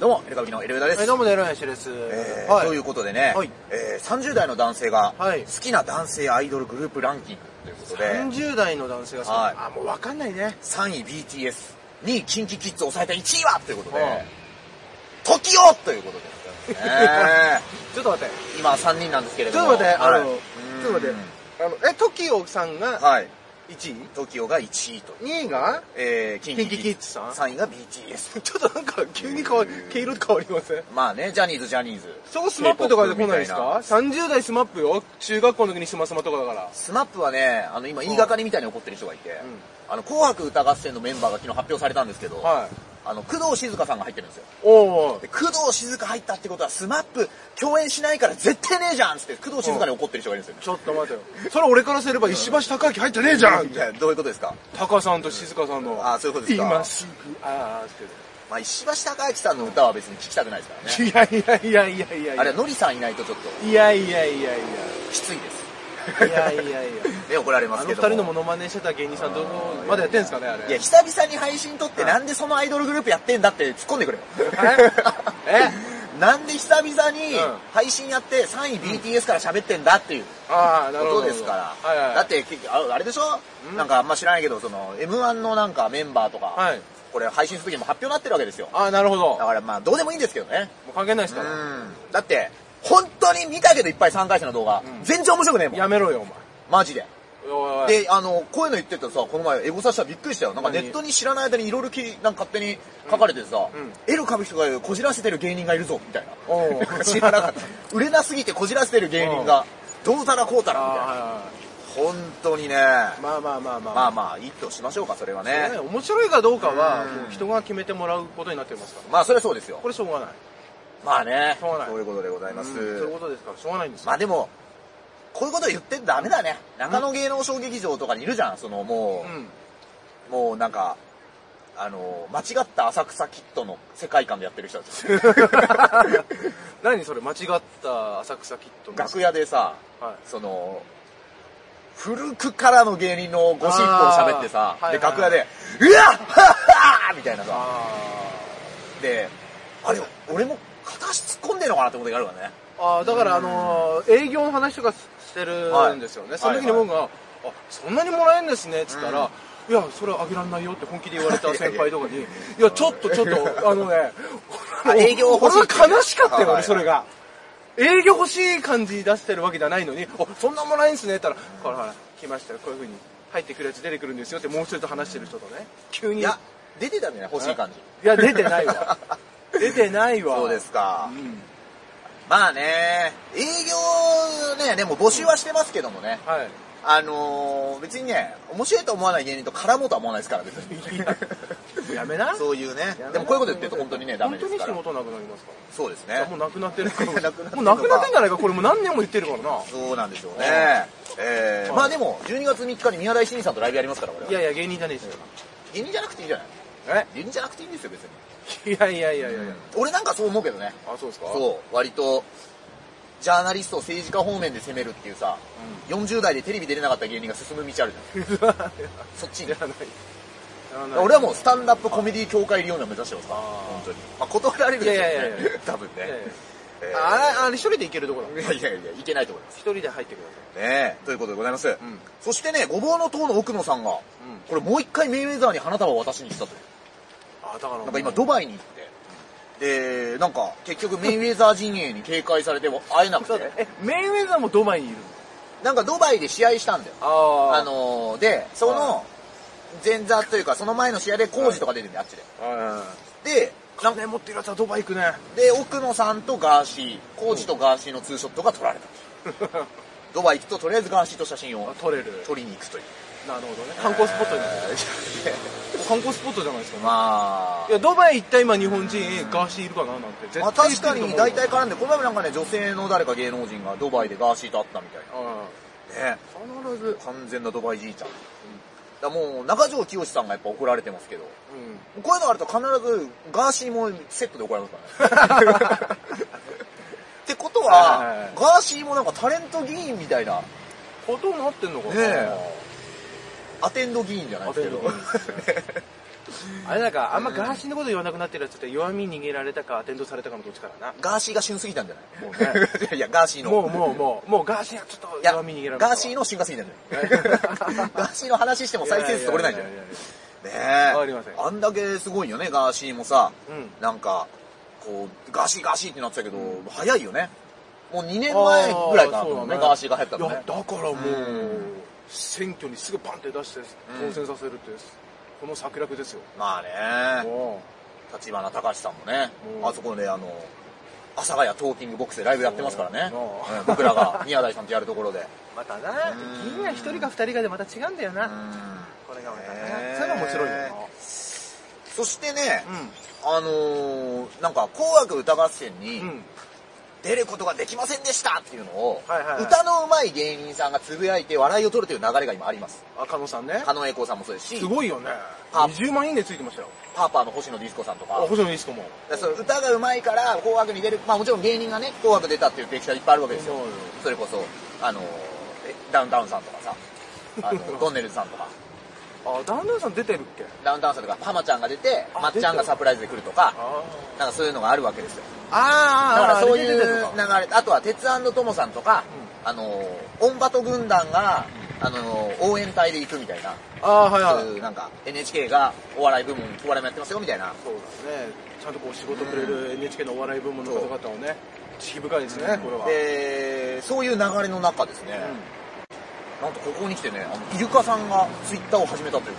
どうも、エルカビのエルウダです。はい、どうも、デロヤシです。えーはい。ということでね、はいえー30代の男性が好はいきな男性アイドルグループランキングということで、 30代の男性が好き、はいあ、もうわかんないね。 3位 BTS、2位 KinKiKids を抑えた1位はということで、はいトキ TOKIO ということでございますね、 ちょっと待って。今3人なんですけれちょどっも。と待って、あの、はいちょっと待って。あの、え、トキオさんがはい。 1位 TOKIO が1位と。 ?2 位が えー、 KinKiKids さん3位が BTS。ちょっとなんか急に変わり、毛色変わりませんまあね、ジャニーズ、ジャニーズ。そこスマップとかで K-POP 来ないですか ?30 代スマップよ。中学校の時にスマスマとかだから。スマップはね、あの今言いがかりみたいに怒ってる人がいて、あの紅白歌合戦のメンバーが昨日発表されたんですけど、はい。あの工藤静香さんが入ってるんですよ。おーで工藤静香入ったってことはスマップ共演しないから絶対ねえじゃんっつって工藤静香に怒ってる人がいるんですちょっと待てよ。それ俺からすれば石橋貴明入ってねえじゃよ。んいやどういうことですか。タカさんと静香さんの。あーそういうことですか今すぐ、あーって。まあ石橋貴明さんの歌は別に聞きたくないですからね。いやいやいやいやいやいや。あれはノリさんいないとちょっといやいやいやいきついでや。す。いやいやいや。ね怒られまあすのけ二ど人のもモノマネしてた芸人さんどうまだやってんすかねあれ。いや久々に配信撮ってなんでそのアイドルグループやってんだって突っ込んでくれよ。 えなんで久々にうん配信やって3位 BTS から喋ってんだっていうああ、なるほこど。とですから、はいはい。だっ、て結局ああれでしょ、んなんかあんま知らないけどその m 1のなんかメンバーとか、はい。これ配信する時も発表になってるわけですよああ、なるほど。もだからまあどうでもいいんですけどねう関係ないですうから。んだって本当に見たけどいっぱい3回戦の動画、うん全然面白くねえもんやめろよ、おマジで前。おいおい。であのこういうの言ってたさこの前エゴサしたらびっくりしたよなんかネ何ットに知らない間にいろいろなんか勝手に書かれててさ、うんうんエロ歌舞伎とかでこじらせてる芸人がいるぞみたいな おう知らなかった売れなすぎてこじらせてる芸人がどうたらこうたあーらみたいなは本当にねいはいまあまあまあまあ。まあまあいいとしましょうかそれはねそうね面白いかどうかは、うんもう人が決めてもらうことになってますから。まあそれはそうですよこれしょうがない。まあねしょうがないそういうことでございます、うんそういうことですから、しょうがないんですよまあでもこういうこと言ってダメだね中野芸能小劇場とかにいるじゃんそのもうん。う、もうなんかあの間違った浅草キッドの世界観でやってる人たち 何それ、間違った浅草キットの。楽屋でさはい。その古くからの芸人のゴシップを喋ってさ、あーで、はいはい楽屋で、うわっはっはーみたいなさ、あー。で、あれ、俺も片足突っ込んでんのかなって思う時あるわね。あーだから、あのー営業の話とかしてるんですよね、はいその時に僕が、あそんなにもらえんですねっつったら、いやそれあげらんないよって本気で言われた先輩とかにいやちょっとちょっ とあのねあ営業欲しいっていう俺は悲しかったよね、はいそれが営業欲しい感じ出してるわけじゃないのにあそんなもらえんすねって言ったら「ほらほら来ましたよこういうふうに入ってくるやつ出てくるんですよ」ってもう一人と話してる人とね急にいや、出てたんじゃない欲しい感じ。いや出てないわ出てない わそうですかう。んまあね、営業ね、でも募集はしてますけどもね。はいあのー、別にね、面白いと思わない芸人と絡もうとは思わないですから、別に。やめなそういうねやめな。でもこういうこと言ってると本当にね、ダメですか本ら。当に仕事なくなりますからそうですいやねも。うなくなってるからなくなってるのかもうなくなってんじゃないかこれもう何年も言ってるからなそうなんでしょうね。えー、まあでも、12月3日に宮台真司さんとライブやりますから、俺いやは。いや芸人じゃねえし芸人じゃなくていいんじゃないえ芸人じゃなくていいんですよ、別に。いやいやいやいやいや俺なんかそう思うけどね。あそうですかそう、割と、ジャーナリストを政治家方面で攻めるっていうさ、40代でテレビ出れなかった芸人が進む道あるじゃん。うわそっちにや。らないやらない俺はもうスタンダップコメディ協会理論を目指してますから、あー本当に。まあ、断られるでしょういやいやいやいねや、 多分ね。いやいやえーあああれ一人で行けるとこだいやいやいや、いけないと思います。一人で入ってくださねえということでございます。んそしてね、ごぼうの塔の奥野さんが、これもう一回メイウェザーに花束を渡しに行ったという。いあだからなんか今ドバイに行って、で、なんか結局メイウェザー陣営に警戒されて会えなく、ちょっと待っててえメインウェザーもドバイにいるのなんかドバイで試合したんだよ。ああのー、で、その前座というか、その前の試合で工事とか出てるんで、あっちで。で、なんか金持ってるやつはドバイ行くねで、奥野さんとガーシー、工事とガーシーのツーショットが撮られた。 ドバイ行くと、とりあえずガーシーと写真を取れる撮りに行くという。 なるほどね観光スポットになってる観光スポットじゃないですかまあい、や、ドバイ行った今日本人、ガーシーいるかななんて。絶まあ対確かいるにと思う大体絡んで、この前もなんかね、女性の誰か芸能人がドバイでガーシーと会ったみたいな。ね。うん。必ず。完全なドバイじいちゃん。だからもう、中条清さんがやっぱ怒られてますけど、うん。こういうのあると必ずガーシーもセットで怒られます からね。 ってことはいはいは、はいガーシーもなんかタレント議員みたいな、ことになってんのかなねえアテンド議員じゃないですけどアテンド議員です。あれなんか、あんまガーシーのこと言わなくなってるやつって弱み逃げられたか、転倒されたかのどっちかだな。 ガーシーが旬すぎたんじゃもうないね いや、ガーシーの。もうもうもう、もうガーシーはちょっといや、弱み逃げられたガーシーの旬が過ぎたんじゃ ないガーシーの話しても再生数取れないんじゃないやややねわかりませえ。んあんだけすごいよね、ガーシーもさ。うんなんか、こう、ガーシーガーシーってなってたけど、早いよね。もう2年前ぐらいかなと思うね、あーそうだねガーシーが流行ったいのやね。だからもうう、ん選挙にすぐパンって出してうん当選させるって、この策略ですよ、まあね、も立花隆さんもね、うんあそこであの、阿佐ヶ谷トーキングボックスでライブやってますからね。うんうん僕らが宮台さんとやるところで。うまたなうん議員が一人か二人かでまた違うんだよな、うんこれがまたねねそういうの面白いよなそしてね、あのーなんか、紅白歌合戦にうん、うん、出ることができませんでしたっていうのを、はいはいはい歌の上手い芸人さんがつぶやいて笑いを取るという流れが今あります。あ狩野さんね狩野英孝さんもそうですし、すごいよねあ20万いいねついてましたよパーパーの星野ディスコさんとか、あ星野いい子もだからその歌が上手いから、紅白に出る、まあもちろん芸人がね、紅白出たっていう歴史はいっぱいあるわけですよそうよ。それこそ、あのー、えダウンタウンさんとかさ、あ の、ドンネルズさんとか、あダウンタウンさん出てるっけダウンタウンさんとか、ハマちゃんが出て、あまっちゃんがサプライズで来るとか、あなんかそういうのがあるわけですよ。だかあらそういう流れ、あとは、鉄腕の友さんとか、あのー、オンバト軍団が、あのー、応援隊で行くみたいな、ああはいはいそういうなんか、NHK がお笑い部門、お笑いもやってますよみたいな、そうだねちゃんとこう仕事くれる NHK のお笑い部門の方々をね知識深いですねこれはで、そういう流れの中ですね、なんとここに来てね、あのイルカさんがツイッターを始めたという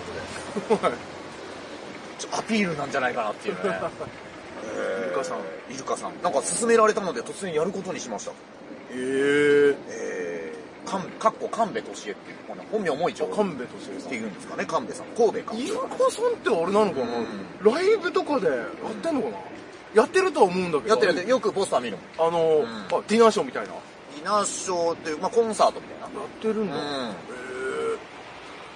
ことで、 ちょっとアピールなんじゃないかな っていうね。イルカさんえーイルカさん。なんか勧められたので突然やることにしました。えええー、かん、かっこ神戸敏恵っていう、まあね本名も一応、神戸としてっさていうんですかね、神戸さん。神戸か。イルカさんってあれなのかな、うライブとかでやってんのかな、やってるとは思うんだけどやってるやってるよくポスター見るもん。あの、うんあディナーショーみたいなやディナーショーっていう、まあコンサートみたいな。ってるんだ、うんへ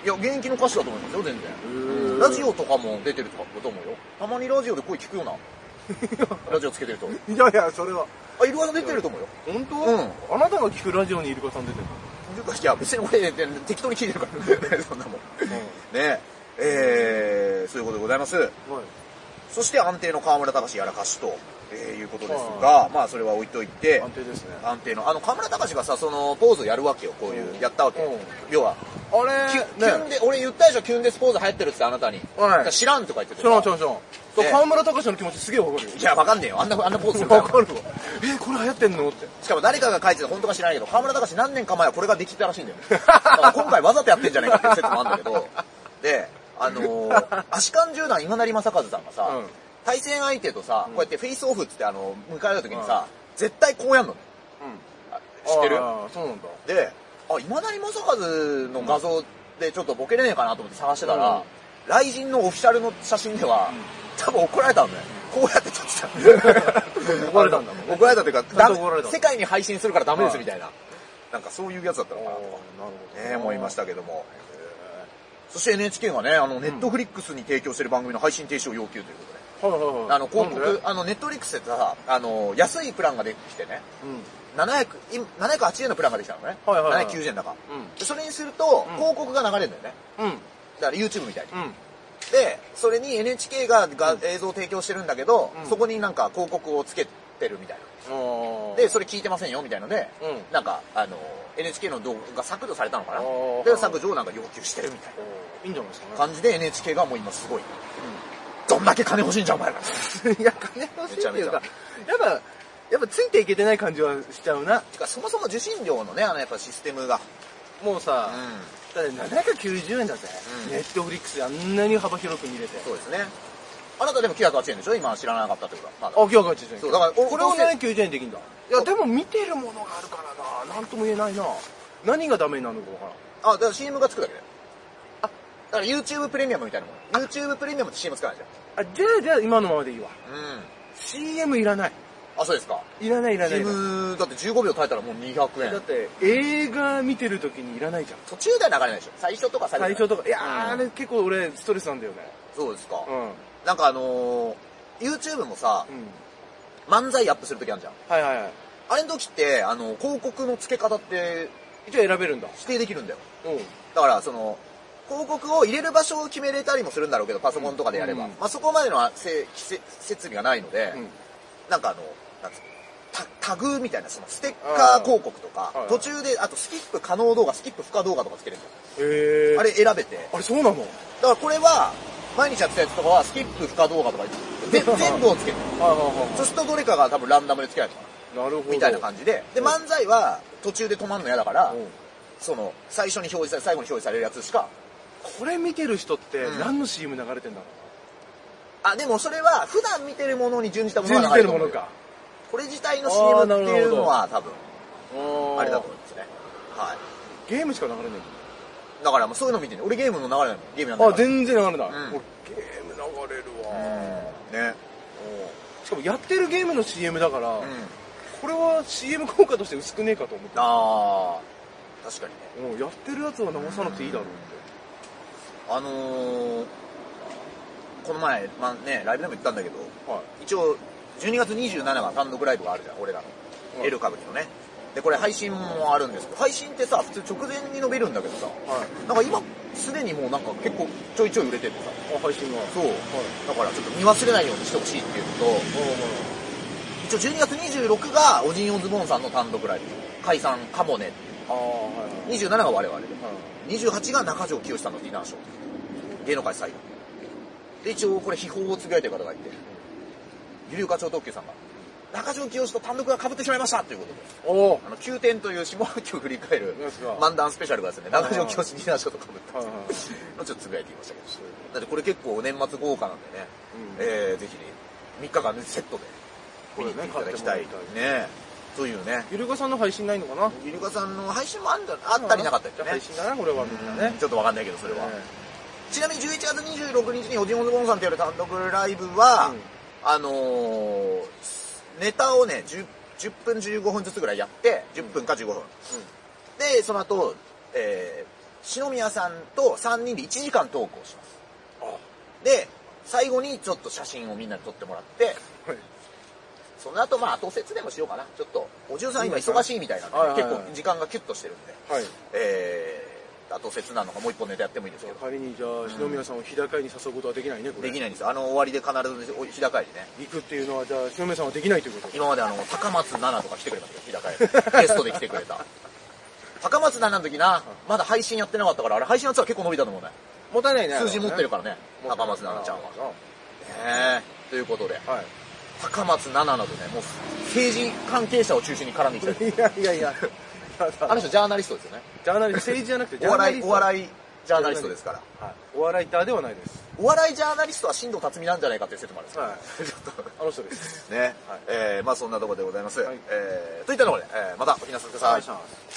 いや、現役の歌手だと思いますよ、全然。ーラジオとかも出てるとかだと思うよ。たまにラジオで声聞くよ な。ラジオつけてると。えいやいやそれはあ、イルカさん出てると思うよ。本当、うあなたが聞くラジオにイルカさん出てるいや、別に俺、適当に聞いてるから。 そんなもん。ねえ。えー、そういうことでございます。の、はい、そして安定の河村隆やらかしと、えーいうことですはが、まあそれは置いといて安、定ですね安定の、あの河村隆がさ、そのポーズやるわけよ、こういうう、んやったわけうん。要は、あれキュキュンねで、俺言ったでしょ、キュンデスポーズ流行ってるってあなたに。はい知らんとか言っててちょんさち。ょんちょん、ええそう河村隆の気持ちすげえわかるよいや、わかんねえよ。あんな、あんなポーズするからわかるわえこれ流行ってんのってしかも誰かが書いてた本当か知らないけど、河村隆何年か前はこれができてたらしいんだよ ね。だから今回わざとやってんじゃないかっていう説もあるんだけど、で、あの ー、アシカン銃団今成正和さんがさ、うん対戦相手とさ、こうやってフェイスオフっつってあの、迎えた時にさ、絶対こうやんのね。あ知ってるああそうなんだで、あ、今成正和の画像でちょっとボケれねえかなと思って探してたら、雷神のオフィシャルの写真では、多分怒られたんだよ。こうやって撮ってた。怒られたんだもんね怒られたというか、ゃんと怒られた世界に配信するからダメですみたいな。なんかそういうやつだったのかなとか、ね、思いましたけども。そして NHK がね、あの、ネットフリックスに提供してる番組の配信停止を要求ということで。たはいはいはいあの、広なんで告、あの、ネットフリックスってさ、あの、安いプランができてね、うん700今708円のプランができたのね。はいはいはい790円だから。うんでそれにすると、うん広告が流れるんだよね。うんだから YouTube みたいに。うんで、それに NHK がが映像を提供してるんだけど、うんそこになんか広告をつけてるみたいあな。あで、それ聞いてませんよみたいので、うんなんか、あの、NHK の動画が削除されたのかなあーで、削除をなんか要求してるみたいいいんじゃないですかなね感じで NHK がもう今すごい。どんだけ金欲しいんじゃんお前ら。 いや、金欲しいっていうかめ、やっぱ、やっぱついていけてない感じはしちゃうな。てか、そもそも受信料のね、あのやっぱシステムが。もううさ、ん。だって790円だぜうん。ネットフリックスであんなに幅広く見れて。そうですね。あなたでも908円でしょ今知らなかったってことは。まだあ、今日は90円。そうだからおこれをどうせ790円できんだ。いや、でも見てるものがあるからな。なんとも言えないな。何がダメになるのかわからん。あ、だから CM がつくだけだよ。あ、だから YouTube プレミアムみたいなもん。YouTube プレミアムって CM つかないじあ、じゃあ、じゃあ今のままでいいわ。ゃん。うん。 CM いらない。あ、そうですか。いらない、いらないいらない。 CM だって15秒耐えたらもう200だっ円。て、映画見てる時にいらないじゃん。途中では流れないでしょ最初とか最後。最初とか。いやー、あうんれ結構俺ストレスなんだよね。そうですかう。ん。うん。なんかあのー、YouTube もさ、漫才アップするときあるじゃん。はいはいはい。あれの時って、あの、広告の付け方って一応選べるんだ。指定できるんだよ。うん。だから、その、広告を入れる場所を決めれたりもするんだろうけど、パソコンとかでやれば。うんまあ、そこまでのはせせ設備がないので、うんなんかあの、なんつうのタタグみたいな、そのステッカー広告とかあーはいは、途い中で、あとスキップ可能動画、スキップ不可動画とかつけれるんだよへーあれ選べて。あれそうなのだからこれは、毎日やってたやつとかは、スキップ不可動画とか で、全部をつける。はいはいそうするとどれかが多分ランダムでつけられたのかなるほどなみたいな感じで。で、漫才は途中で止まんの嫌だから、その、最初に表示され、最後に表示されるやつしか。これ見てる人ってうん何の CM 流れてんだろあ、でもそれは、普段見てるものに準じたうものが流信じれててると思るもうのよかこれ自体の CM っていうのは多分、ああれだと思うんですね。はい。ゲームしか流れないだからもうそういうの見てね。俺ゲームの流れないもんゲームやんないあから。全然流れない、うん俺ゲーム流れるうわ、ん。ね。しかもやってるゲームの CM だから、うん。これは CM 効果として薄くねえかと思ってあー、確かにね。うんやってるやつは流さなくていいだろうってあのー、この前、まあね、ライブでも言ったんだけど、は一応、12月27が単独ライブがあるじゃん、俺らの。はい L 歌舞伎のね。で、これ配信もあるんですけど、配信ってさ、普通直前に伸びるんだけどさ、いはいなんか今、すでにもうなんか結構ちょいちょい売れててさ、あ配信がそう。だからちょっと見忘れないようにしてほしいっていうのと、一応12月26がオジンオズボーンさんの単独ライブ、解散かもね。ああはいはい27が我々で。はい28が中条清さんのディナーショー芸能界最後で一応これ秘宝をつぶやいてる方がいて有流課長特急さんが中条清と単独が被ってしまいましたということでおおあの9点という下半期を振り返るですが漫談スペシャルがですね中条清ディナーショーと被ったはいはいはいのをちょっとつぶやいていましたけどだってこれ結構年末豪華なんでね、うんえーぜひね3日間ねセットで見に行っていただきたいねこれね買ってというねゆるかさんの配信ないのかなゆりかさんの配信もあんだあったりなかったりじゃあね配信だなこれはみんなねちょっとわかんないけどそれは、ねちなみに11月26日にオジンオズボーンさんとやる単独ライブは、うんあのーネタをね 10, 10分15分ずつぐらいやって10分か15分、でその後、えー、篠宮さんと3人で1時間トークをしますで最後にちょっと写真をみんなに撮ってもらってはいその後まあ後説でもしようかなちょっとおじゅうさん今忙しいみたいなんで、はいはいはい結構時間がキュッとしてるんで、はいえー、後説なのかもう一本ネタやってもいいですけど仮にじゃあ篠宮さんを日高屋に誘うことはできないねこれできないんですよあの終わりで必ずお日高屋にね行くっていうのはじゃあ篠宮さんはできないということ今まであの高松菜奈とか来てくれたんですよ日高 屋にゲストで来てくれた高松菜奈の時なまだ配信やってなかったからあれ配信のやつは結構伸びたと思うねもったいないね数字持ってるかからね高松菜奈ちゃんはねえということではい高松菜奈などねもう政治関係者を中心に絡んでいきたいいやいやいや、ただあの人ジャーナリストですよねジャーナリスト、政治じゃなくて、お笑いおい、笑いジャーナリストですからはい、お笑いターではないです。お笑いジャーナリストは進藤辰巳なんじゃないかっていう説もあるんですよはい、 ちょっとあの人です。ね、はいえーまあそんなところでございます、はいえーといったところで、えーまたおひなさんくださはいい